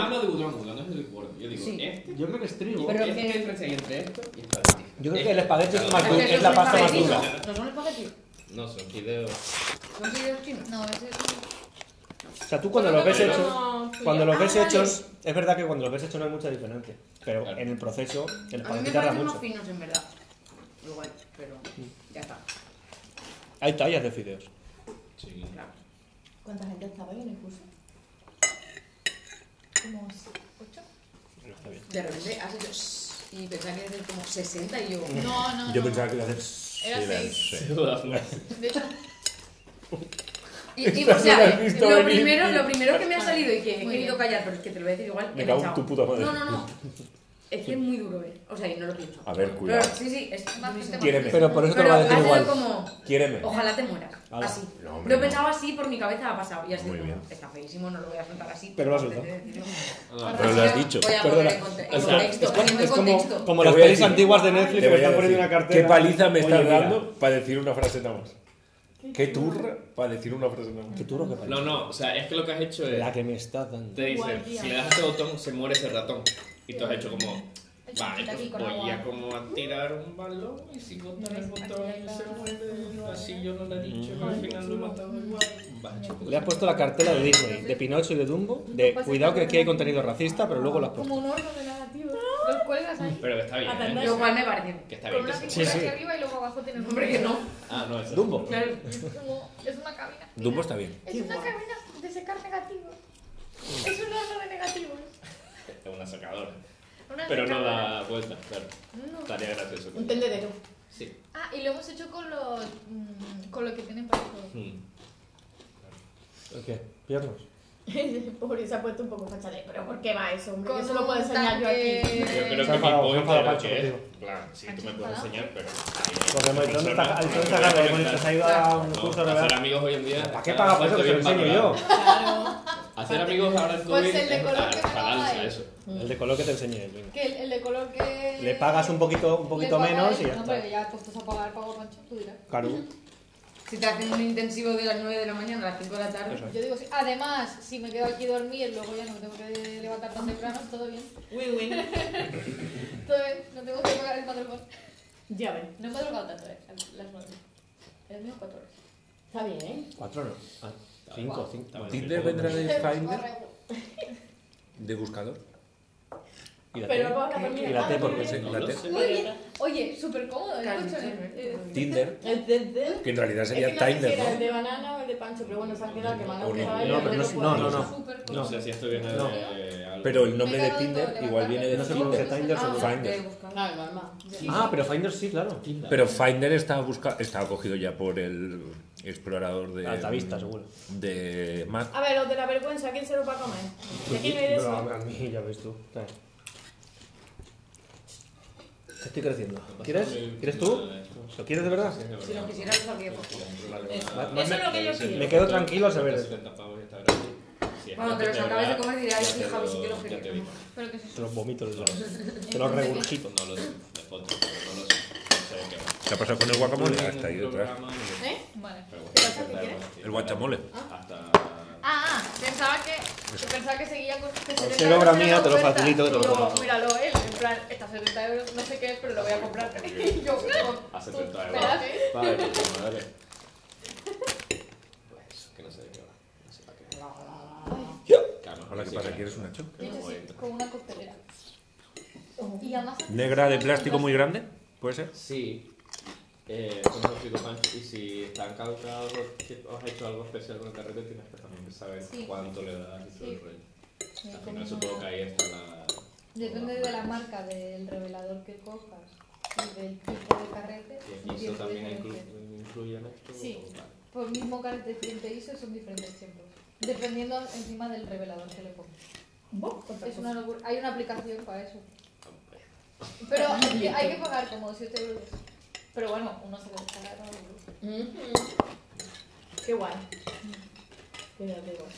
hablo de Gudrun Gudrun, no es del gordo. Yo digo, Sí. este. Yo me restrigo. Pero ¿Qué que- qué diferencia hay entre esto y esto? Yo creo que el espagueti es, más Ah, du- que Pues es son la pasta más espaguetis, dura. ¿No son espaguetis? No, son fideos. ¿Son fideos chinos? No, ese es. O sea, tú cuando los ves Pero hechos, no, cuando los ves Ah, vale. hechos, es verdad que cuando los ves hechos no hay mucha diferencia. Pero Claro. en el proceso, el A mí espagueti me tarda parecen unos mucho. finos, en verdad. Igual, pero ya está. Hay tallas de fideos. Sí. Claro. ¿Cuánta gente estaba ahí en el curso? Como ocho. No está bien. De repente has hecho "Shh", y pensaba que eran como 60 y yo... Mm. No, no. Yo no. pensaba que iba a hacer. Era sí, seis. sí. De hecho, Y, y, Esa o sea, no la has visto lo venir. primero, lo primero que me ha salido y que he Muy querido bien. callar, pero es que te lo voy a decir igual. Me que cago en he tu puta madre. No, no, no. Es que es muy duro ver. O sea, y no lo pienso. A ver, cuidado. Pero sí, sí, es durísimo. más gente más. Quiéreme. Pero por eso te lo va a ha decir sido igual. como, Quiéreme. ojalá te mueras. Ala. Así. No, Lo hombre, lo he no. pensado así, por mi cabeza ha pasado. Y así Muy como, bien. está feísimo, no lo voy a afrontar así. Pero lo has Antes soltado. de decirlo. Pero lo has dicho. Voy a poner Perdona. en conte- en O sea, contexto. es como- ponme en es como- contexto. como Te las voy a pelis decir. antiguas de Netflix Te que me voy a están poniendo decir, una cartera. ¿Qué paliza me estás Oye, mira, dando para decir una frase nada más? ¿Qué turra para decir una frase nada más? Qué duro que paliza. No, no, o sea, es que lo que has hecho es. La que me estás dando. Te dice, Guardián. si le das a este botón, se muere ese ratón. Y tú has hecho como. Vale, Aquí pues con voy agua. a como a tirar un balón y si botan el botón y se muere. Así yo no lo he dicho, al final lo he matado igual. Vale, chico. Mm. Le has puesto la cartela de Disney, de Pinocho y de Dumbo, de cuidado que aquí hay contenido racista, pero luego lo has puesto. Como un horno de narrativa. Los cuelgas ahí. Pero que está Ah, bien, ¿eh? Lo cual me parece. Que está Con bien. una que figura se Sí, sí. aquí arriba y luego abajo tienen Hombre, que no. muera. Ah, no, eso. Dumbo. Claro. Es como- Es una cabina. Dumbo está bien. Es una cabina de secar negativos. Es un horno de negativos. Es una sacadora. Una Pero no secadora. da vuelta, claro. No. Estaría gracioso. Un tendedero. Sí. Ah, y lo hemos hecho con lo, mm, con lo que tienen para todo. Mm. ¿Qué? ¿Piernas? Pobre, se ha puesto un poco fachadero, pero ¿por qué va eso, hombre? Con Eso lo puedo un enseñar yo aquí. Yo creo que mi Se ha enfadado, se ha point enfadado era Pancho que, contigo. en plan, sí, tú me ¿Pancho puedes enfadado? enseñar, pero... Porque el Persona- Maitón está el Maitón está persona cagado, comentar. bonito, se ha ido a un No, curso de hacer verdad. amigos hoy en día... ¿Para qué está pagas por eso? Que se lo bastante bien enseño yo. valorado. Claro. Hacer amigos ahora en Pues COVID el de es color la- que la me balanza, da, eh. eso. El de color que te enseñé, venga. Que el, el de color que. Le pagas un poquito, un poquito le pagas- menos y ya no, está. pero ya puestos a pagar, pago Pancho, tú dirás. Claro. Si te hacen un intensivo de las 9 de la mañana a las 5 de la Eso tarde. Yo digo, sí. además, si me quedo aquí a dormir, luego ya no me tengo que levantar tan temprano, todo bien. Win, win. Todo bien, no tengo que pagar el madrugón. Ya ven. No he madrugado tanto, eh, a las nueve. El mío cuatro horas. Está bien, ¿eh? Cuatro no. Ah, Cinco, cinco. Está bueno. Tinder vendrá de Finder, Correo. de buscador. Y la Pero T. vamos a terminar. Y la T, porque Porque es se- en No lo Inglaterra. sé. Muy bien. Oye, súper cómodo el Claro, colchón, sí. eh. Tinder, El de, de- que en realidad Es que sería no sé si Tinder, era el ¿no? de banana o el de pancho, pero bueno, se han quedado que me han O no. gustado y Eh, No, yo pero no es- puedo. no, no, no. Súper No cómodo. sé si esto viene de... No. algo. Pero el nombre Me de cago en todo, Tinder levantarme. igual viene de No se pronuncia Tinder. Tinder, seguro. Ah, Finder. voy a buscar. Claro, normal. Ah, pero Finder sí, claro. Pero Finder está busca está cogido ya por el explorador de Altavista, seguro. De Mac. A ver, los de la vergüenza, ¿quién se lo va a comer? ¿De quién hay de Pero eso? a mí, ya ves tú. Claro. Estoy creciendo. ¿Quieres? ¿Quieres tú? ¿Lo quieres de verdad? Si lo quisiera, lo Pues sabría. por favor. Eso es lo que yo quiero. Me quedo tranquilo al saber eso. Cuando te los acabes de comer dirás, sí, Javi, sí que los quería. quería. Pero que sí. Te los vomito de lado. Te los regurgito. Pues No lo sé, de foto, pero no lo sé. No sé de qué va. ¿Qué ha pasado con el guacamole? Hasta ahí Ningún otra. programa, ni- ¿Eh? Vale. pero bueno, ¿Qué pasa? ¿Qué da quieres? igual, sí. El guacamole. Hasta... Ah, ah, pensaba que, que pensaba que seguía con que Al 70 ser obra euros era mía, la te lo oferta. facilito, te lo Y yo, pongo. míralo, él, en plan, está a 70 euros, no sé qué es, pero lo voy a comprar. Y yo, A tú, 70 euros. espérate. Vale, pues, madre. Pues, que no sé de qué va. No sé para qué. Que a lo mejor Ahora, sí ¿qué pasa? que- ¿Quieres un nacho? Y yo sí, con una costelera. Y además... ¿Negra de plástico muy grande? ¿Puede ser? Sí. Eh, como os explico, Pancho, y si están caducados los que os ha hecho algo especial con el carrete, tienes que también saber Sí. cuánto le das y todo el Sí. rollo. Me Al como una- final supongo que ahí está la... Depende de la marca, del revelador que cojas y del tipo de carrete. Y son eso tiempos también inclu diferentes. incluye en esto. Sí. o- vale. Por mismo carrete, diferente ISO, son diferentes tiempos. Dependiendo encima del revelador que le pongas. ¿Vos? ¿Cuántas Es una cosas? locura. Hay una aplicación para eso. Hombre, Pero hay que- hay que pagar como 7 euros. Pero bueno, uno se lo descarga a euros. Qué guay. Quédate guay.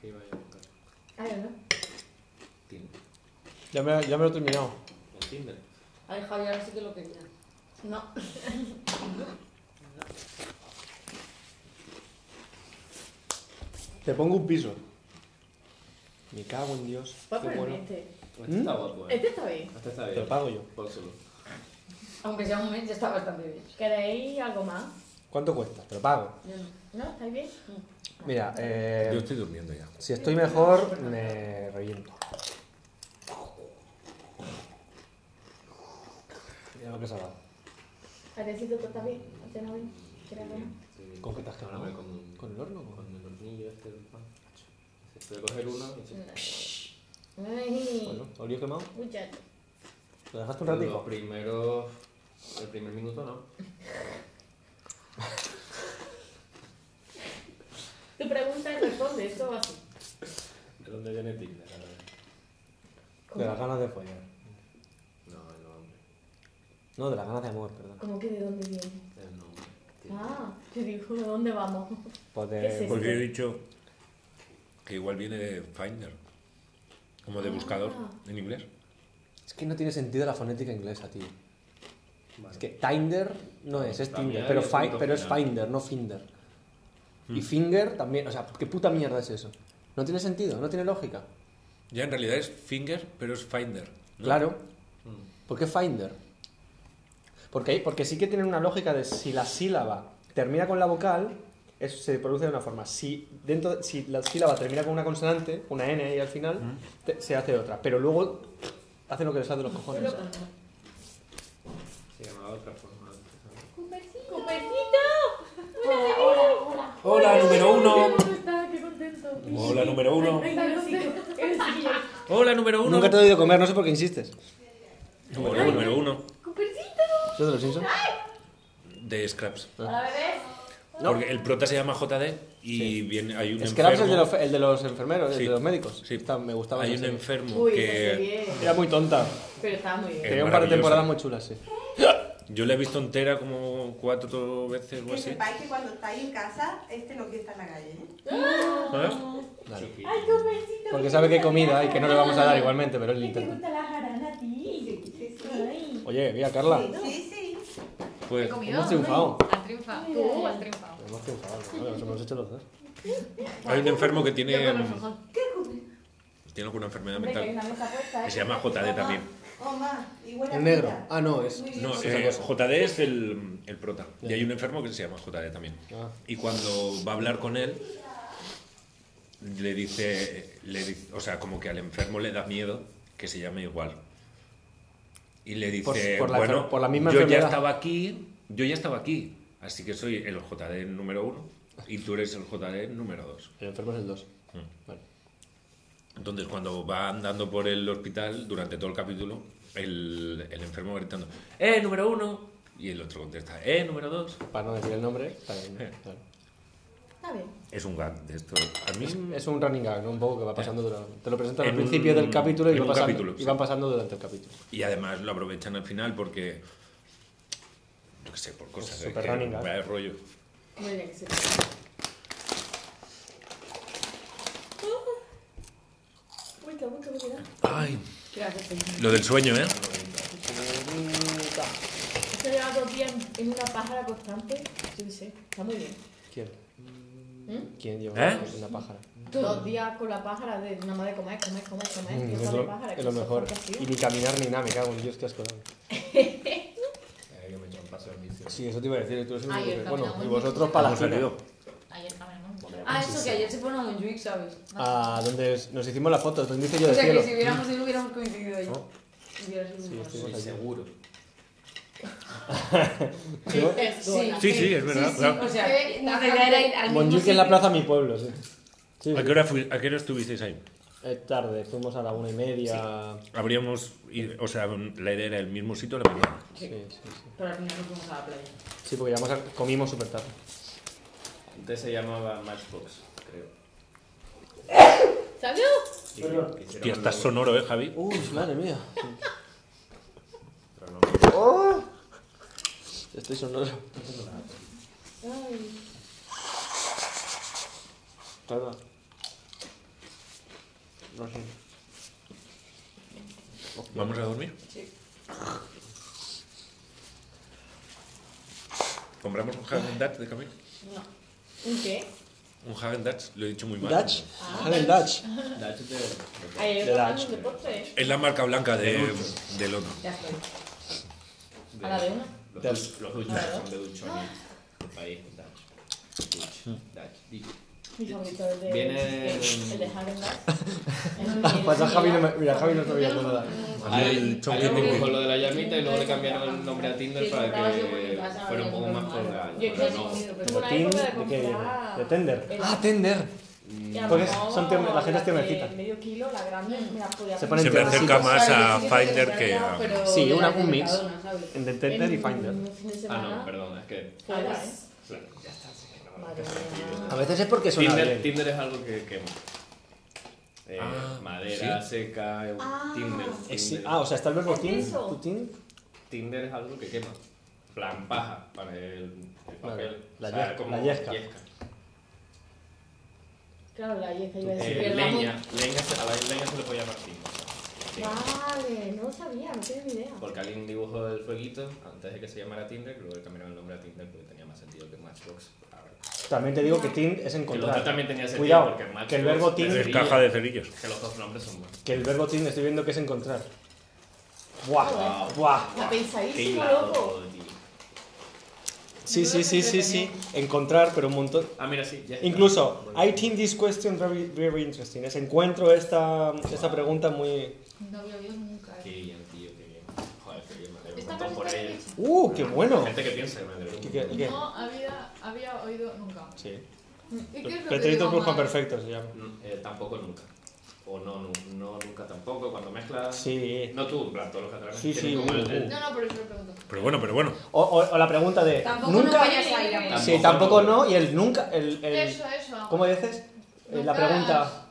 ¿Qué iba yo a buscar? A ver, ¿no? Tinder. Ya me, ya me lo he terminado. ¿En Tinder? Ay, Javi, ahora sí que lo quería. No. Te pongo un piso. Me cago en Dios. Voy a Qué ponerme bueno. este. Este está guapo, ¿eh? Este está bien. Este está ¿Mm? Te bien. lo pago yo. Pónselo. Aunque sea un mes, ya está bastante bien. ¿Queréis algo más? ¿Cuánto cuesta? Te lo pago. Yo no. ¿No? ¿Estáis bien? Mira, eh, Yo estoy durmiendo ya. si estoy mejor, me reviento. Mira lo que se ha dado. Arecito, ¿tú estás bien? ¿Estás bien? ¿Quieres algo más? ¿Con qué te has quedado? Ahora voy con, ¿Con el horno? con el hornillo este del pan. Voy a coger uno y Mm. se- Bueno, Ay, olio quemado. muchacho. ¿Lo dejaste un ratito? Los primeros... El primer minuto no. Tu pregunta y responde, esto va así. ¿De dónde viene Tinder? A ver. De las ganas de follar. No, el nombre. No, de las ganas de amor, perdón. ¿Cómo que de dónde viene? El nombre. Tinder. Ah, te dijo de dónde vamos. Pues ¿Qué es de... eso? Porque he dicho que igual viene de Finder, como Ah. de buscador en inglés. Es que no tiene sentido la fonética inglesa, tío. Vale. Es que Tinder no es, es También Tinder, hay pero, el fi- punto pero es final. Finder, no Finder. Y Finger también, o sea, ¿qué puta mierda es eso? No tiene sentido, no tiene lógica. Ya en realidad es Finger, pero es Finder. ¿no? Claro. ¿Por qué Finder? Porque, hay- porque sí que tienen una lógica de si la sílaba termina con la vocal, eso se produce de una forma. Si, dentro, de- si la sílaba termina con una consonante, una N ahí al final, te- se hace otra. Pero luego hacen lo que les sale de los cojones. Se llamaba de otra forma antes, ¿sabes? Hola, hola, hola. Hola, número uno. ¿Cómo estás? Qué contento. Hola, número uno. Ay, Diosito. Hola, número uno. Nunca te he oído comer, no sé por qué insistes. Hola, número uno. ¿Eso de los Simpsons? De Scraps. Hola, bebés. Porque el prota se llama JD y viene, hay un Scraps es el de enfermo. los, el de los enfermeros, el Sí. de los médicos. Sí. Esta me gustaba. Hay esa serie. un enfermo Uy, esa que serie. Era muy tonta. Pero estaba muy bien. Es Tenía un par de maravillosa. temporadas muy chulas, sí. yo la he visto entera como cuatro veces o Que así. sepáis que cuando estáis en casa, este no quiere estar en la calle. ¿eh? ¿Ah? Chiquito. Porque sabe que hay comida y que no le vamos a dar igualmente, pero él intenta. la jarana a ti? Ay. Oye, mira, Carla. Sí, sí. ¿He Pues comido? Hemos triunfado. Has triunfado. Tú has triunfado. Hemos triunfado, ¿no? Nos hemos hecho los dos. hay un enfermo que tiene, mm, Yo con los ojos. tiene alguna enfermedad Hombre, que hay mental. una mesa puesta, Que ¿eh? se llama JD también. O más. Y buena El negro. vida. Ah, no, es. Muy bien. No, Sí, eh, esa cosa. JD es el, el prota. Ya. Y hay un enfermo que se llama JD también. Ah. Y cuando va a hablar con él, le dice, le dice- o sea, como que al enfermo le da miedo que se llame igual. Y le dice, Por- por la bueno, enfer- por la misma yo enfermedad". ya estaba aquí, yo ya estaba aquí, así que soy el JD número uno y tú eres el JD número dos. El enfermo es el 2. Mm. Vale. Entonces, cuando va andando por el hospital, durante todo el capítulo, el, el enfermo va gritando, ¡eh, número uno! Y el otro contesta, ¡eh, número dos! Para no decir el nombre, está bien, claro. Está bien. Es un gag de esto. A mí Es un running gag, ¿no? Un poco que va pasando durante. Te lo presentan al En un- principio del capítulo y, en va un pasando- capítulo, y van sí. pasando durante el capítulo. Y además lo aprovechan al final porque. Yo qué sé, por cosas. Pues de súper que- running gag. vaya rollo. Muy bien, que sí. Uy, qué bueno, qué bueno. Ay, ¿Qué haces? lo del sueño, ¿eh? Esto lleva dos días en una pájara constante. Yo qué sé, está muy bien. ¿Quién? ¿Mm? ¿Quién lleva ¿Eh? una pájara? Dos días con la pájara de nada más de comer, comer, comer, comer. Mm, y es con lo, la pájara, es lo que eso mejor. fantasía. Y ni caminar ni nada, me cago en Dios, qué asco. da. Eh, yo me he hecho un paso de vicio. Sí, eso te iba a decir. Tú eres un Ay, poco- el bueno, caminamos y mucho. vosotros para la Hemos gira. salido. Ayer caminamos un poco. Ah, eso que ayer se fueron a Montjuic, ¿sabes? A donde es- nos hicimos la foto, donde dice yo O de sea Ah, cielo. que si hubiéramos ido, hubiéramos coincidido ahí. Hubiera sido un estoy- buen- Sí, allí. seguro. Sí, Sí, sí, es verdad, claro. O sea, la idea era ir al mismo Montjuic en la sitio. plaza de mi pueblo, sí. Sí, ¿A sí. qué, hora fui- ¿A qué hora estuvisteis ahí? Es tarde, fuimos a la una y media. Habríamos. ido- o sea, la idea era el mismo sitio a la mañana. Sí, sí, sí. Pero al final nos fuimos a la playa. Sí, porque llegamos a- comimos súper tarde. Antes se llamaba Matchbox, creo. ¿Sabes? Y Perdón. que hicieron Hostia, estás algo- sonoro, ¿eh, Javi? Uy, madre mía. pero no. Estoy sonoro. Ay, Carla. No sé. ¿Vamos a dormir? Sí. ¿Compramos un Haagen-Dazs de camino? ¿un qué? Un Hagen Dutch, lo he dicho muy mal. Dutch. Ah. Hagen Dutch. Date de Hay Le otro da álbum ancho. de postre, ¿eh? Es la marca blanca de, de Lono. Ya estoy. A la de una. Los, Del- duch- los duchos son de duchones. El país es Dutch. Duch. Dutch. Digo, Mi favorito es el de. Viene- El de Hagen Pasa Pues Javi, no me, mira, Javi no te voy a contar. A mí el Ahí- ahí chonquín vamos me- con lo de la llamita y luego le cambiaron el nombre a Tinder para que fuera un poco más colgado. Yo creo Pero que no. sí, pero ¿De tuve una Tin- época de ¿De qué? comprar- ¿De Tender? El- Ah, Tender. Mm, Y a lo Porque son mejor tiemb- la gente es de tiemblecita. Medio kilo, la grande, me la podía Se poner. ponen Se me acerca tiernecitos. más a Finder que a... Sí, una- un mix. En The Tender y Finder. En un fin de Ah, no, semana, perdón, es que. fuera, ¿eh? Claro, ya está, sí que no me Madre apetece. mía. A veces es porque suena Tinder, bien. Tinder es algo que quema. Eh, Ah, madera seca, eh, Ah. Tinder, Eh, sí. Tinder. Ah, o sea, está el verbo ¿Es tin, eso? tu tin. Tinder es algo que quema. Plan paja para el, el papel. La o sea, yesca- como la yesca. Claro, la yesca iba a decir. Eh, pero la leña, leña se, a la leña se le puede llamar Tinder. Sí. Vale, no lo sabía, no tenía ni idea. Porque alguien dibujó el fueguito antes de que se llamara Tinder, luego le cambiaron el nombre a Tinder porque tenía más sentido que Matchbox. A ver, También te digo que tin es Que el otro encontrar. también tenía sentido Cuidado, porque Matchbox. que el verbo tin- es Es caja de cerillos. Que los dos nombres son buenos. Que el verbo tin estoy viendo que es encontrar. Buah, Wow. buah. La Qué pensadísimo, hilado, loco. tío. Sí, sí, sí, sí, sí. Encontrar, pero un montón. Ah, mira, sí, ya está. Incluso, Bueno. I think this question very, very interesting. Es encuentro esta, esta pregunta muy... No había oído nunca. Qué bien, tío, qué bien. Joder, qué bien, me alegro un Esta montón frase por está ella. hecha. ¡Uh, qué bueno! Gente que piensa, me alegro un ¿Qué- qué- montón. qué? No había, había oído nunca. Sí. ¿Y qué es lo que Pretérito digo Brujo mal? Perfecto se llama. Mm, eh, tampoco nunca. O no, nu- no, nunca tampoco, cuando Ah. mezclas. Sí. No tú, en plan, todos los catalanes. Sí, sí, tienen como el- uh, el- No, no, por eso lo pregunto. Pero bueno, pero bueno. O, o- o la pregunta de... Tampoco no nunca... vayas a ir a Tampoco. Sí, tampoco no. Y el nunca... El, el- Eso, eso. ¿Cómo dices? Eh, La Nunca pregunta...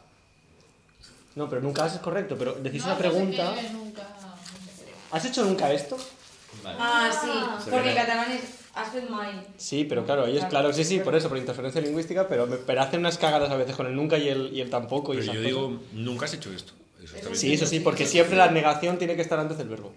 No, pero nunca haces correcto. Pero decís No, una no sé pregunta... qué, nunca, no sé. ¿Has hecho nunca esto? uh. Vale. Ah, sí. Se Porque ve. en catalán es has fet mai. Sí, pero claro, ellos, claro, sí, sí, por eso, por interferencia lingüística, pero, me- pero hacen unas cagadas a veces con el nunca y el, y el tampoco. Y Pero esas yo cosas. digo, nunca has hecho esto. Pues Eso está bien. Sí, eso sí, porque siempre la negación tiene que estar antes del verbo.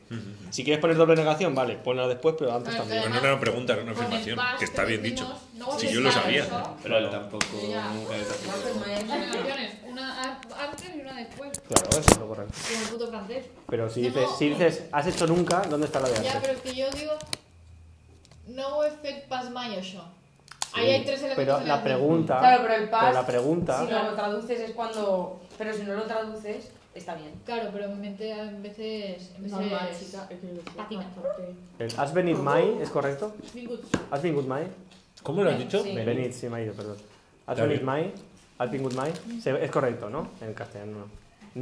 Si quieres poner doble negación, vale, ponla después, pero antes Pero también. Pero no era una pregunta, era una afirmación. Con el Que está bien pas que dicho. decimos, no Si volvemos yo lo a sabía. eso. Pero el tampoco Ya. nunca es así. Has fet mai. Las negaciones, una a- antes y una después, Claro, eso es lo correcto. como el puto francés. Pero si dices, si dices, has hecho nunca, ¿dónde está la de Ya, antes? pero es que yo digo, no he fet pas mai això. Ahí hay tres elementos. Pero en la pregunta, Claro, pero el pas, pero la pregunta, si no lo traduces es cuando... Pero si no lo traduces, está bien. Claro, pero mi mente a veces. en veces- Normal, chica. Es que lo decía Latina. bastante. el ¿has venido mai? ¿Es correcto? Vingut. ¿Has venido mai? ¿Cómo lo has dicho? Sí. Venid, sí, me ha ido, perdón. ¿Has Está venido bien. mai? ¿Has venido mai? Se- Es correcto, ¿no? En castellano no.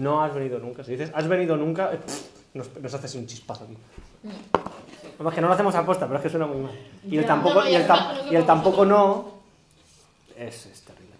No has venido nunca. Si dices, has venido nunca, eh, nos, nos haces un chispazo aquí. Además que no lo hacemos aposta, pero es que suena muy mal. Y el Ya. tampoco, No, no, y y el, tam- además no y el lo tampoco no. Es, es terrible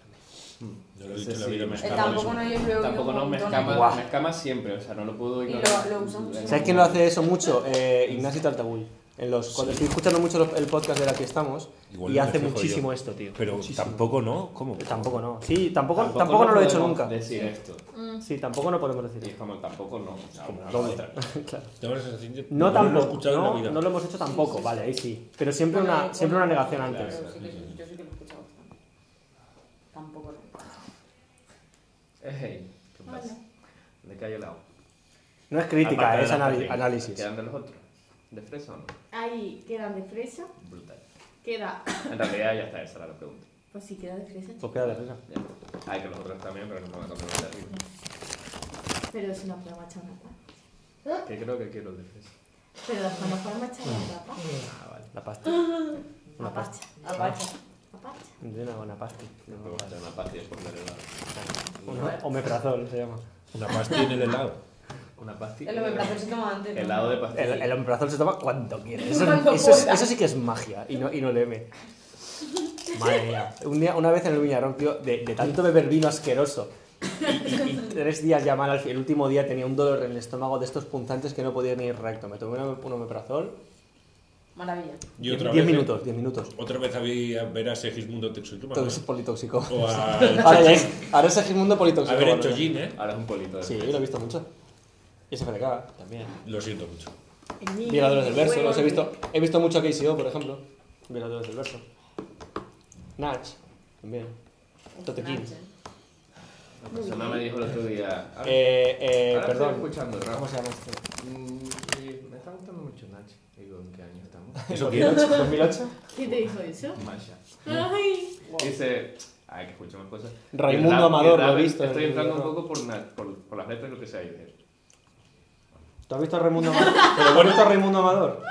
también. Yo lo he dicho, Sí, la vida me sí. El escapa. Eh, tampoco no yo lo he oído Tampoco un no me montón. escama, Guau. me escama siempre, o sea, no lo puedo Y ignorar. lo- lo usamos. ¿Sabes quién lo hace eso mucho? Eh, Ignacio Tartabull. En los, cuando estoy escuchando mucho los- el podcast de la que estamos Igual y me hace fijo muchísimo yo. esto, tío. Pero Muchísimo. tampoco no. ¿Cómo? Tampoco no. Sí, tampoco, tampoco, no lo he hecho podemos nunca. Decir esto. Sí, tampoco no podemos Y es decir. como el tampoco no. O sea, una ¿Dónde? otra. claro. Tengo la sensación de- No lo he tampoco. escuchado en la No, vida. no lo hemos hecho tampoco, vale, ahí sí. Pero siempre Bueno, una, bueno, siempre una negación claro. antes. Pero sí que- Yo sí que lo he escuchado bastante. Tampoco no. Ey, Eh, ¿qué pasa? ¿De qué hay helado? No es crítica, Aparte de es las anali- proteínas, análisis. ¿Quedan de los otros? ¿De fresa o no? Ahí quedan de fresa, Brutal. queda. En realidad ya está, esa era la pregunta. Pues sí, queda de fresa. Pues queda de risa. Ya está. Hay que los otros también, pero no me van a cambiar de arriba. Pero si no podemos echar una tapa. Que creo que quiero de fresa. Pero las podemos podemos echar una tapa. Mm. Ah, vale. La pasta. Una parcha. Apache. Una parcha. Yo no hago una pasta. Luego hacer una pastilla por el helado. Una- Omeprazol se llama. Una pasta en el helado. Una pastilla. El omeprazol se toma antes. ¿no? Helado de pastilla. El, el omeprazol se toma cuando quieres. Eso, Cuando eso es- puedas. eso sí que es magia y no, y no leme. Madre mía. Un día- una vez en el Viñarón, tío, de, de tanto beber vino asqueroso. Y, y- y tres días ya mal, al fin- el último día tenía un dolor en el estómago de estos punzantes que no podía ni ir recto. Me tomé una- un omeprazol. Maravilla. Y otra Diez, vez. ¿eh? minutos, diez minutos. Otra vez había ver a Segismundo Texutuma. Todo es politóxico. ¿eh? O a. Ahora ya es, ahora es Segismundo A politóxico. ver en ¿verdad? Chojin, ¿eh? Ahora es un polito de Sí, fresa. lo he visto mucho. Y SFDK también. Lo siento mucho. Violadores del verso, los he visto. He visto mucho a KCO, por ejemplo. Violadores del verso. Natch, también. Totequín. La persona me dijo el otro día. "Ah, Eh, eh, ahora Estoy perdón. escuchando, ¿Cómo Rafa. se llama este? Mm, eh, me está gustando mucho Nach. Digo, ¿en qué año estamos? ¿Eso qué? 2008. 2008. ¿Quién te dijo eso? Masha. Ay, Dice, hay que escuchar más cosas. Raimundo Y el rap- Amador, y el lo he rap, visto en Estoy el entrando un video. poco por, na- por, por las letras y lo que sea. y dije, ¿Tú has visto a Raimundo Amador? ¿Pero has visto a Raimundo Amador?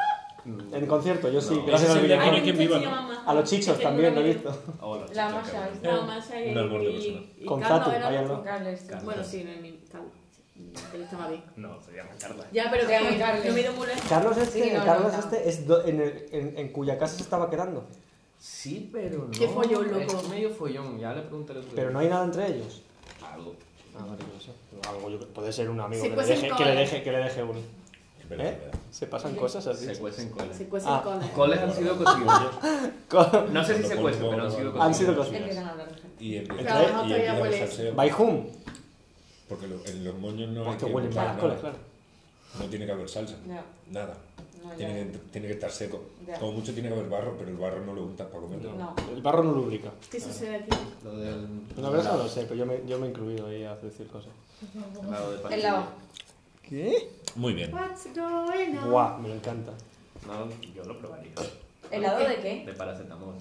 mm, En concierto, yo sí, No. gracias Ese al es el de videojuego. Ay, que muchas viva, se ¿no? llaman más. A los chichos Este también lo he no visto. hola, chicha, La cabrón. masa La masa y, Un árbol de persona. y, y Con Carla Fatu, era ahí al lado. con Carles. Carla. Bueno, sí, no, ni Carla. Él estaba bien. No, se llama Carla. Ya, pero Se llama que Carles. yo me he ido muy lejos. Carlos este, Sí, no, Carlos no, no. este es do- en, el- en- en cuya casa se estaba quedando. Sí, pero no. Qué follón, loco. Es medio follón, ya le pregunté el otro día. Pero no hay nada entre ellos. Algo. Ah, vale, no sé. Algo yo- puede ser un amigo Se que, le cuecen deje, que, cola. le deje, que le deje un. Espera, ¿Eh? espera. Se pasan cosas así. Se cuecen coles. Se cuece Ah. el cole. Coles han sido cocidos. Co- No sé si se cuecen, pero han sido cocidos. Han sido Empiezan a hablar de gente. Y empieza, Claro, y no, todavía empieza a huele. besarse, By whom? Porque lo- en los moños no hay Porque que- huelen mal las nada. colas, claro. No tiene que haber salsa, No, nada. no, ya. Tiene que, tiene que estar seco. Ya. Como mucho tiene que haber barro, pero el barro no lo untas para comer. No. El barro no lubrica. ¿Qué sucede aquí? Lo del. No, pero eso no lo sé, pero yo me, yo me he incluido ahí a decir cosas. El lado de Pachi. El lado. ¿Qué? Muy bien. Ah, What's going on? Buah, me encanta. No, yo lo probaría. ¿Helado de qué? De paracetamol.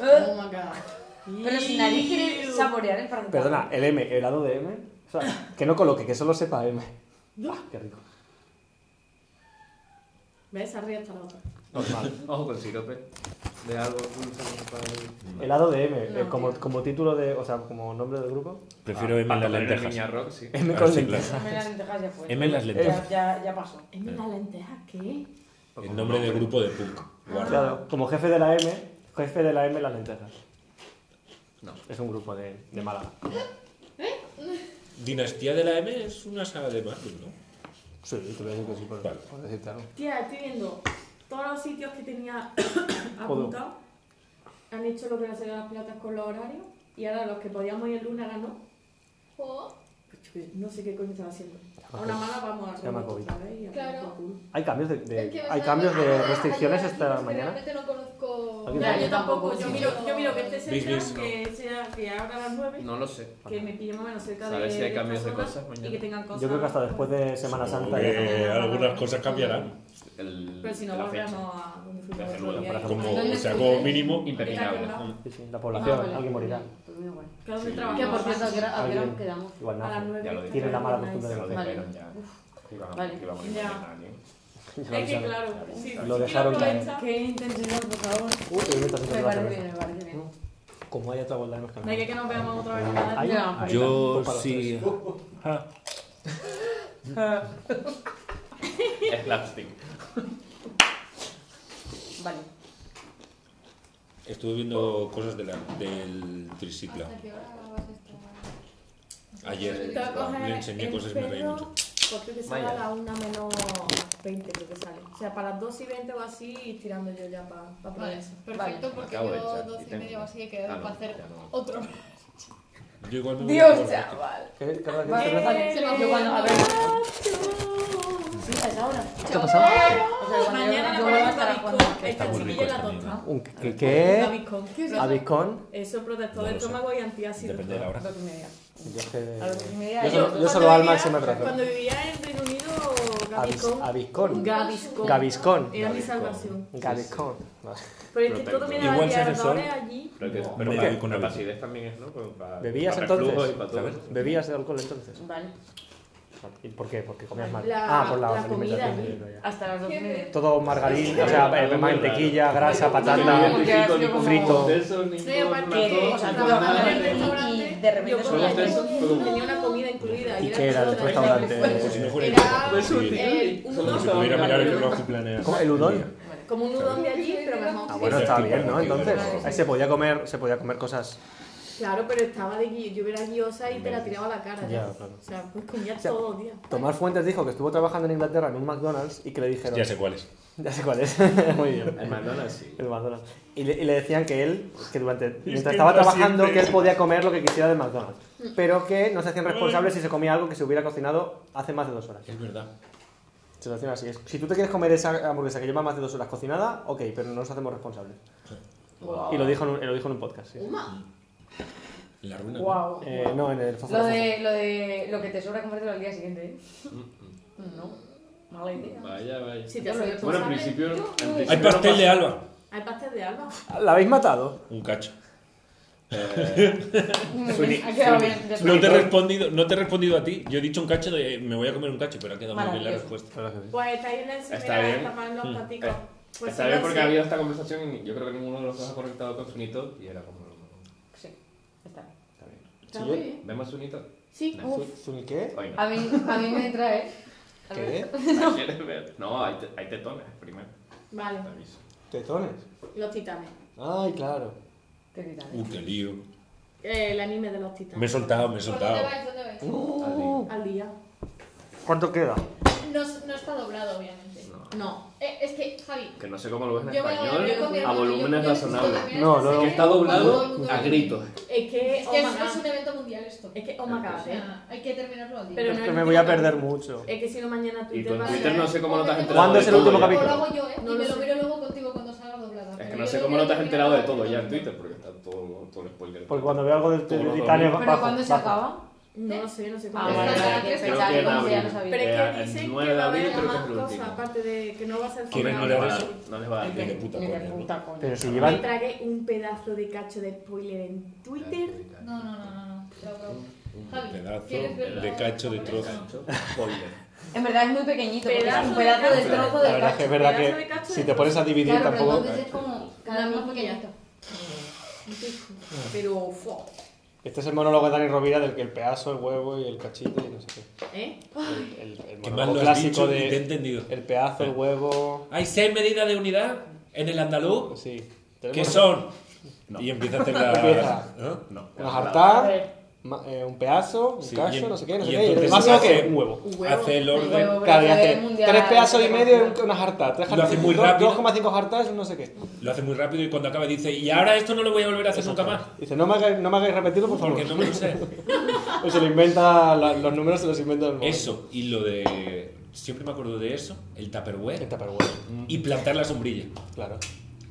Eh, Oh my god. Pero si nadie quiere Ew. saborear el franco. Perdona, el M, el helado de M. O sea, que no coloque, que solo sepa M. Ah, No. Qué rico. ¿Ves? Arriba está la otra. Normal. Ojo con sirope. De algo dulce para el. Helado de M, No, eh, como, tío. como título de. O sea, como nombre del grupo. Prefiero M en Ah, para las poner en lentejas. Viña Rock, sí. M Ah, con sí, lentejas. M en las lentejas ya fue. M en las lentejas. Ya, ya, ya pasó. ¿Es una lenteja qué? El nombre del grupo de punk. Guarda. Claro, como jefe de la M, jefe de la M las lentejas. No. Es un grupo de, de Málaga. Dinastía de la M es una saga de Marvel, ¿no? Sí, te voy a decir que sí, por, Vale. por decirte algo. Tía, estoy viendo todos los sitios que tenía Joder. apuntado. Han hecho lo que no se las platas con los horarios. Y ahora los que podíamos ir el lunes ahora no. Oh, Pues No sé qué coño estaba haciendo. A COVID. una mala vamos a Se llama remoto COVID. otra vez y a Claro. tomar por culo. Hay cambios de, de- es que me hay sale- cambios de Ah, restricciones ayer esta dijiste, mañana. Realmente Este no conozco. Alguien Ya, sabe. yo tampoco. Yo sí. miro, yo miro que esté cerca, Business, no. que, sea, que abra a las 9, No lo sé. que me pille más o menos cerca Saber de. si hay esta cambios de zona cosas mañana. Y que tengan cosas. Yo creo que hasta después de Semana Santa ya no. Porque algunas cosas cambiarán. El, Pero si no, la fecha. volvemos a donde fuimos La el otro célula, día. por Como, ¿Dónde o sea, estuve? como mínimo. Impepinable. Sí, sí, la Ah, población, alguien morirá. Ah, Pues muy bueno. Que donde Sí. Que por trabajamos. cierto, ¿a qué hora- a qué hora nos Alguien- quedamos? Igual A las nace. 9. Ya lo dije. Tiene la mala costumbre Se de lo nacer. dijeron ya. Que iba- Vale. que iba a morir Ya. mañana, ¿eh? Es que claro, sí, Lo sí dejaron que lo aprovecha. Qué intensidad, por favor. Uy, que me está haciendo Me Pues la parece cerveza. bien, me parece bien. Como haya otra vuelta, hemos De aquí a cambiado. que nos veamos otra vez. ¿verdad? Ay, Ya. ahí Yo está, un poco a los sí. tres. Es Slapstick. Vale. Estuve viendo cosas de la, del tricicla. ¿Hasta qué hora vas a estar? Ayer Te va a coger le enseñé el cosas y me reí perro, mucho. pues creo que sale Vaya. a la 1 menos 20, creo que sale. O sea, para las 2 y 20 o así, y tirando yo ya para pa Vale, Provenza. perfecto, porque Acabo de yo echar, y 12 y tengo- media o así he Ah, quedado no, para hacer ya no. otro. Yo igual me voy a Dios, probar. chaval. ¿Qué- qué hora que Vale, Eh, cerveza? vale. Yo cuando a ver. Sí, a esa hora. ¿Qué ha pasado? O sea, cuando Mañana yo, la yo vuelvo a ponemos estar a babicón, Juan. esta muy chiquilla rico y la esta tosta. Un- ¿Qué? qué? Babicón. ¿Abicón? Eso protector No de lo sé. estómago y antiácido. Depende de la A hora. las dos y media. Yo es que- A las dos y media. Yo solo- Cuando yo solo al vivía- máximo brazo. Cuando vivía en Reino Unido, Abis- Gabicón. Abiscón. Gaviscon. Gaviscón. Era mi Gaviscón. salvación. Gabiscón. Pero es que todo me daba Igual se hace liadores sol. allí. Pero que No, pero me para- quedo con para la bici. acidez también es, ¿no? Pues para- ¿Bebías para reflujo entonces? y para todo. ¿Sabes? ¿Bebías de alcohol entonces? Vale. ¿Y por qué? Porque comías mal. La- ah, por la, la comida alimentación. allí. ya, ya. Hasta las dos y media. Todo margarina, o Sí, sea, sí, eh, sí. mantequilla, grasa, No, patata. porque ha sido como- Frito. Eso, ni No, y con aparte, la tos, o sea, ni tú nada. vas a ver- restaurante y de repente yo son comía los tres, allí, son como- tenía una comida incluida. ¿Y qué era todo el de- Como Eh, si no restaurante? fuera Era Pues útil. el- un Solo Como si udon, pudiera mirar el como- reloj y planear. ¿Cómo? ¿El udon? Como un udon de allí, pero mejor. Ah, bueno, está bien, ¿no? Entonces, ahí se podía comer, se podía comer cosas. Claro, pero estaba de guillo. Yo era guiosa y te la tiraba a la cara. Ya, Ya, claro. O sea, pues comía sea, todo, día. Tomás Fuentes dijo que estuvo trabajando en Inglaterra en un McDonald's y que le dijeron... Ya sé cuál es. Ya sé cuál es. Muy bien. El McDonald's sí. El McDonald's. Y le, y le decían que él, que durante, mientras que estaba entra trabajando, siempre. que él podía comer lo que quisiera de McDonald's. Pero que no se hacían responsables si se comía algo que se hubiera cocinado hace más de dos horas. Es verdad. Se lo hacían así. es, Si tú te quieres comer esa hamburguesa que lleva más de dos horas cocinada, ok, pero no nos hacemos responsables. Y lo dijo en un, lo dijo en un podcast. sí. En la ruina. Wow. Eh, no, en el fósforo. Lo de, lo de lo que te sobra comértelo al día siguiente, ¿eh? No, mala idea. Vaya, vaya. Si te hace Bueno, en Bueno, en responsable, principio. yo en no- principio Hay pastel no de pasa- alba. Hay pastel de alba. ¿La habéis matado? Un cacho. Eh, Ha quedado bien. ya está. No te, he respondido, no te he respondido a ti. Yo he dicho un cacho de me voy a comer un cacho, pero ha quedado muy bien la Maravilloso. respuesta. Pues está ahí en el Está seminario, bien. tapan los platicos. Eh, Pues Está sí, bien sí. porque ha habido esta conversación y yo creo que ninguno de los dos ha conectado con Sunito y era como. Sí, está bien. Está bien. Está Sí, muy yo- bien. ¿Vemos Sunito? Sí, uff. ¿Zuni qué? Hoy no. A mí, a mí me entra, ¿eh? A ver. ¿Qué? ¿La quieres ver? No, hay, te- hay tetones primero. Vale, Te aviso. ¿Tetones? los titanes. Ay, claro. Te quitan, ¿eh? Uh, qué lío. Eh, el anime de los titanes. Me he soltado, me he ¿Por dónde soltado. vais? ¿Dónde vais? Así. Al día. ¿Cuánto queda? ¿Mm? No, no está doblado, obviamente. No. No. Eh, es que, Javi, Que no sé cómo lo ves en yo me voy español. yo con mi a hermano, volúmenes yo- yo necesito razonables. terminar No, esta no. Que serie está cuando todo el doblado mundo a lo- gritos. Es que. Es Oh que my es, es God. un evento mundial esto. Es que. Oh my O God, eh. sea, hay que terminarlo al día. Pero Es no que es me el voy a último. perder Eh. mucho. Es que si no mañana Y Twitter con va a Twitter ser- no sé cómo no te has ¿Cuándo enterado. de es el último todo ya. O capítulo? lo hago yo, ¿eh? No y lo me lo sé. miro luego contigo cuando salga doblada. Es que Pero no yo sé lo cómo quiero no te has terminar enterado de ahora. todo ya en Twitter, porque está todo, todo el spoiler. Porque cuando veo algo de, de, Todo lo Titanes, doble. bajo, ¿Pero cuándo se bajo. acaba? No lo sé, no sé Ah, cuándo. vale, Creo vale, que que en pensaba que como abril. ya lo sabía. Pero es Era que el dicen que 9 de va a abril, haber creo que más es el cosas, último. aparte de que no va a ser Quieren final. no le va a dar. No les va a dar Ni de tiempo. puta Ni de coña, ¿no? puta coña. Pero si Me llevan... tragué un pedazo de cacho de spoiler en Twitter. No, no, no, no. no. Lo hago. Javi, pedazo ¿quieres verlo de cacho de con trozo. eso? Spoiler. En verdad es muy pequeñito, porque es Pedazo un de pedazo de cacho. trozo este La del verdad es que cacho. es verdad pedazo de cacho que de si te pones a dividir Claro, pero tampoco... eh, entonces es como Cada cada vez vez más pequeñito. Pero, fua. Este es el monólogo de Dani Rovira del que el pedazo, el huevo y el cachito y no sé qué. ¿Eh? El, el Que más monólogo lo has clásico dicho Eh. y te he de... entendido. El pedazo, el huevo... Hay seis medidas de unidad en el andaluz Sí. que Tenemos- son. No. Y empieza a hacer la. Empieza. ¿no? No. Una A jartar, ver. ma- eh, un pedazo, un Sí, y cacho, en- no sé qué, no y sé qué. ¿Y el entonces vaso hace- qué? Un huevo. Hace Un el huevo. orden. Pero Claro, y eso hace es mundial, tres pedazos y eso es medio mundial. y una jarta. Tres Lo hace jartas- muy dos- rápido. 2,5 jartas, un no sé qué. Lo hace muy rápido y cuando acaba dice: Y ahora esto no lo voy a volver a hacer nunca más. Dice, no me hagáis, no me hagáis repetirlo, por favor. Porque no me lo sé. O se lo inventa, la- los números se los inventa en el momento. Eso. Y lo de. Siempre me acuerdo de eso: el En Tupperware Tupperware, y plantar la sombrilla. claro.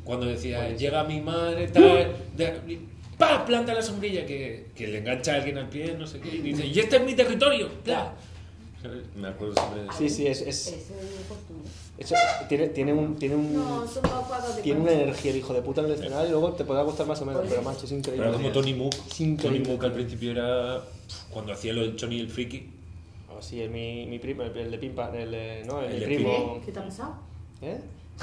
Cuando decía, llega mi madre, tal, de- ¡pa! planta la sombrilla que, que le engancha a alguien al pie, no sé qué, y dice, ¡y este es mi territorio! ¡Pla! Me acuerdo siempre de eso. Sí, sí, es... es Eso es costumbre. eso- tiene, tiene un... Tiene un No, son dos cuadros de Tiene una cacho. energía el hijo de puta en el escenario y luego te podrá gustar más o menos, pero macho, es Pero era increíble. como Tony Mook. Sí, Tony increíble. Mook al principio era. pf, Cuando hacía lo del Johnny el friki. Oh, sí, el, mi, mi primo, el, el de Pimpa, el, eh, no, el, El de de primo. ¿Qué? ¿Qué te ha pasado? ¿Eh?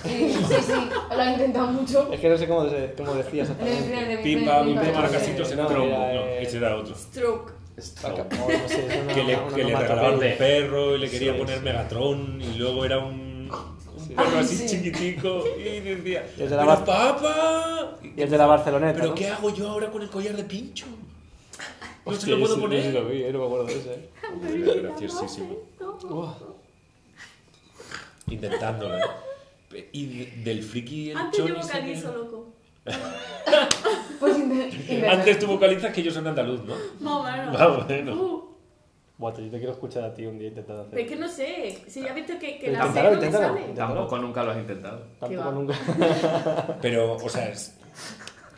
Sí, sí, sí. Lo he intentado mucho. Es que no sé cómo, de- cómo decías El exactamente. de- Pimpa, Pimpa, pimpa, Pimpa, marcasitos, eh, era no, trombo. era, No, eh, ese era otro. Stroke. Marca- oh, no sé, es una- Que le, una- que le una regalaban un onomatopeya. perro y le quería Sí, poner sí. Megatron y luego era un. Un Sí. perro así Sí. chiquitico y decía, Y el de la ¡Pero bar- papá! Y el de la Barceloneta. ¿Pero ¿no? qué hago yo ahora con el collar de pincho? No se Hostia, lo puedo ese- ese poner. lo vi, eh, no me acuerdo de ese. eh. graciosísimo. Uah. Intentándolo, ¿eh? Y de- del friki el Antes yo Choni se vocalizo, queda- loco. Pues inte- intenta. Antes tú vocalizas que yo soy andaluz, ¿no? Más o menos. Ah, bueno. Uh, Buah, yo te quiero escuchar a ti un día intentar hacer. es que no sé. Si ya has visto que, que Pero la inténtalo, serie no me inténtalo. sale. Tampoco nunca lo has intentado. Qué Tampoco va. nunca. Pero, o sea, es-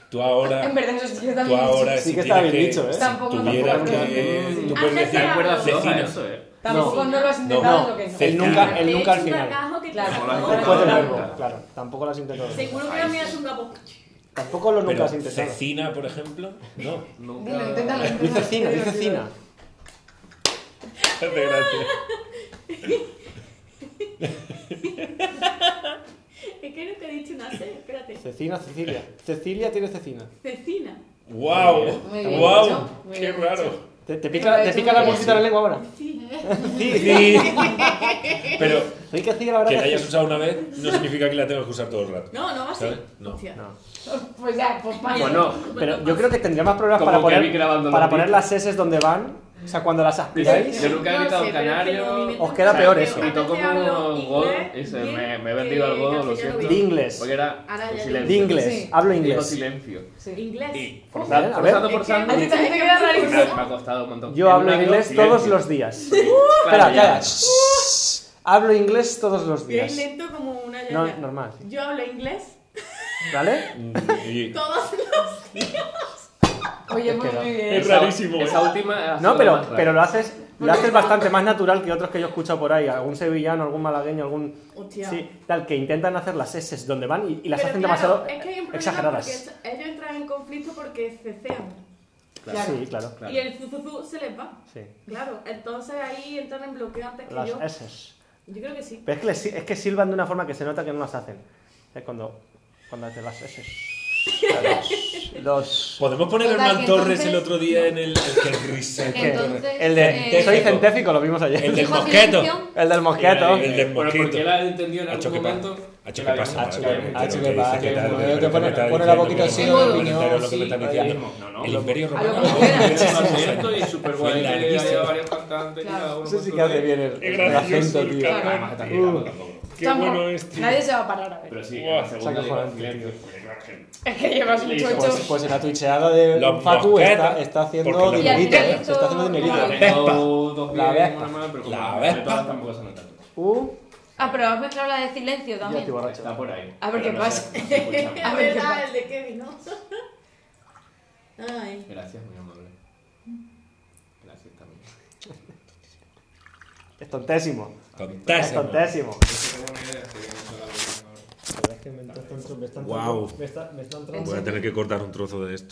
tú En ahora. verdad, eso sí que está Ah. Tú bien dicho. ahora, Sí si que está tienes bien que- dicho, ¿eh? si Tampoco- tuvieras tampoco- que. Mm. tú Antes puedes- era- Está en cuerda No. floja Vecina. eso, eh. Tampoco No. no lo has intentado No. lo que es. Sí. Él nunca, Te él he nunca al hecho un final. gargajo que te Claro. sacó. Como la gente Después del Claro. verbo, claro. Tampoco lo has intentado. Seguro que Ahí la mía sí. es un capo. Tampoco lo nunca Pero has intentado. Cecina, por ejemplo, no. Dilo, inténtalo. Dice inténtalo. Cina, dice Cina. De gracia. Es que nunca he dicho una C, espérate. Cecina, Cecilia. Cecilia tiene Cecina. Cecina. ¡Wow! Muy bien ¡Wow! hecho, muy ¡Qué bien raro! ¿Te, te pica, te pica la bolsita de la lengua ahora? Sí. Sí, sí. Sí. Pero Soy que sí, la verdad que que, la hayas sí. usado una vez no significa que la tengas que usar todo el rato. No, no va a ser. ¿Sabes? No. Hostia. No. Pues ya, pues para. Bueno, Pero yo creo que tendría más problemas Como para Kevin poner, grabando para los poner discos. las S donde van. O sea, cuando las aspiráis. Yo nunca he No gritado sé, pero es que canario. los movimientos Os queda que peor hago, eso. antes Gritó como hablo un inglés, god. y dice, bien, me, me he que vendido al godo, lo castellano siento. bien. Inglés. Porque era Ahora ya silencio. De inglés. Sí. Hablo Dijo inglés. silencio. Sí. Inglés. Y forzando, Bien, a ver. forzando, forzando. A ti también te queda Me ha- rarísimo. me ha costado un montón. Yo hablo En un inglés silencio. todos los días. Uh, Claro, Espera, ya. calla. Shh. Hablo inglés todos los días. Bien lento como una No, llave. normal. sí. Yo hablo inglés ¿Vale? Y- todos los días. Oye, muy quedado. bien. Es rarísimo. Esa última. ha sido No, la pero, más rara. pero lo haces lo haces bastante más natural que otros que yo he escuchado por ahí. Algún sevillano, algún malagueño, algún. Hostia. Sí, tal, que intentan hacer las S donde van y, y las Pero hacen claro, eh, demasiado es que hay un problema exageradas. porque ellos entran en conflicto porque cecean. Sí, claro. Claro. Y el zuzuzu se les va. Sí. Claro, entonces ahí entran en bloqueo antes que Las yo. S. Yo creo que sí. Pero es que, les- es que silban de una forma que se nota que no las hacen. Es cuando, cuando hacen las S. Los. Podemos poner el Total, Man que Torres entonces- el otro día en el. el que risa, el ¿Qué? Man Torres. Entonces, el de. eh, soy científico, lo vimos ayer. El del ¿Dijo mosqueto. definición? El del mosqueto. El del Bueno, mosquito. porque él ha entendido en Hacho, algún ¿qué pasa? momento. Hacho, que la ¿qué pasa? habíamos- Hacho, Hacho, ¿qué ¿qué pasa? pasa? Lo que dice, ¿qué tal? Te Lo que pone- me está pone la boquita diciendo, lo que así, me está lo diciendo, opinado, lo que me está sí, diciendo. No, no, El lo- Imperio A lo Romano. que quiera. Es un acento y súper Fue guay. Que larguísimo. había varios cantantes. Claro. cada uno Eso con sí su que hace rollo. bien el, Es el gracioso acento, el tío. Claro, además está bien, claro, tampoco. Qué Estamos- bueno es, tío. Nadie se va a parar a ver. Pero sí, Guau, la segunda saca llegó en Juan, silencio. Es que llevas Sí, mucho somos- ocho. Pues, pues en la twitcheada de Los Facu mosquetos, está, está haciendo porque los dinerito, ¿eh? mosquetos- Se está haciendo dinerito. La Tengo Vespa. dos La pies, Vespa. una mano, pero como La las Vespa. todas tampoco son tanto. Uh, Ah, pero has mezclado la de silencio ya estoy también. borracho. Está por ahí. A Pero ver qué no pasa. se- no se escucha. Ah, Es ver, ¿qué verdad, pasa? el de Kevin, ¿no? Ay. Gracias, muy amable. Gracias también. Es tontésimo. Es Tontésimo. tontésimo. La verdad es que me están- me están- Guau. me está- me están Voy a tener que cortar un trozo de esto.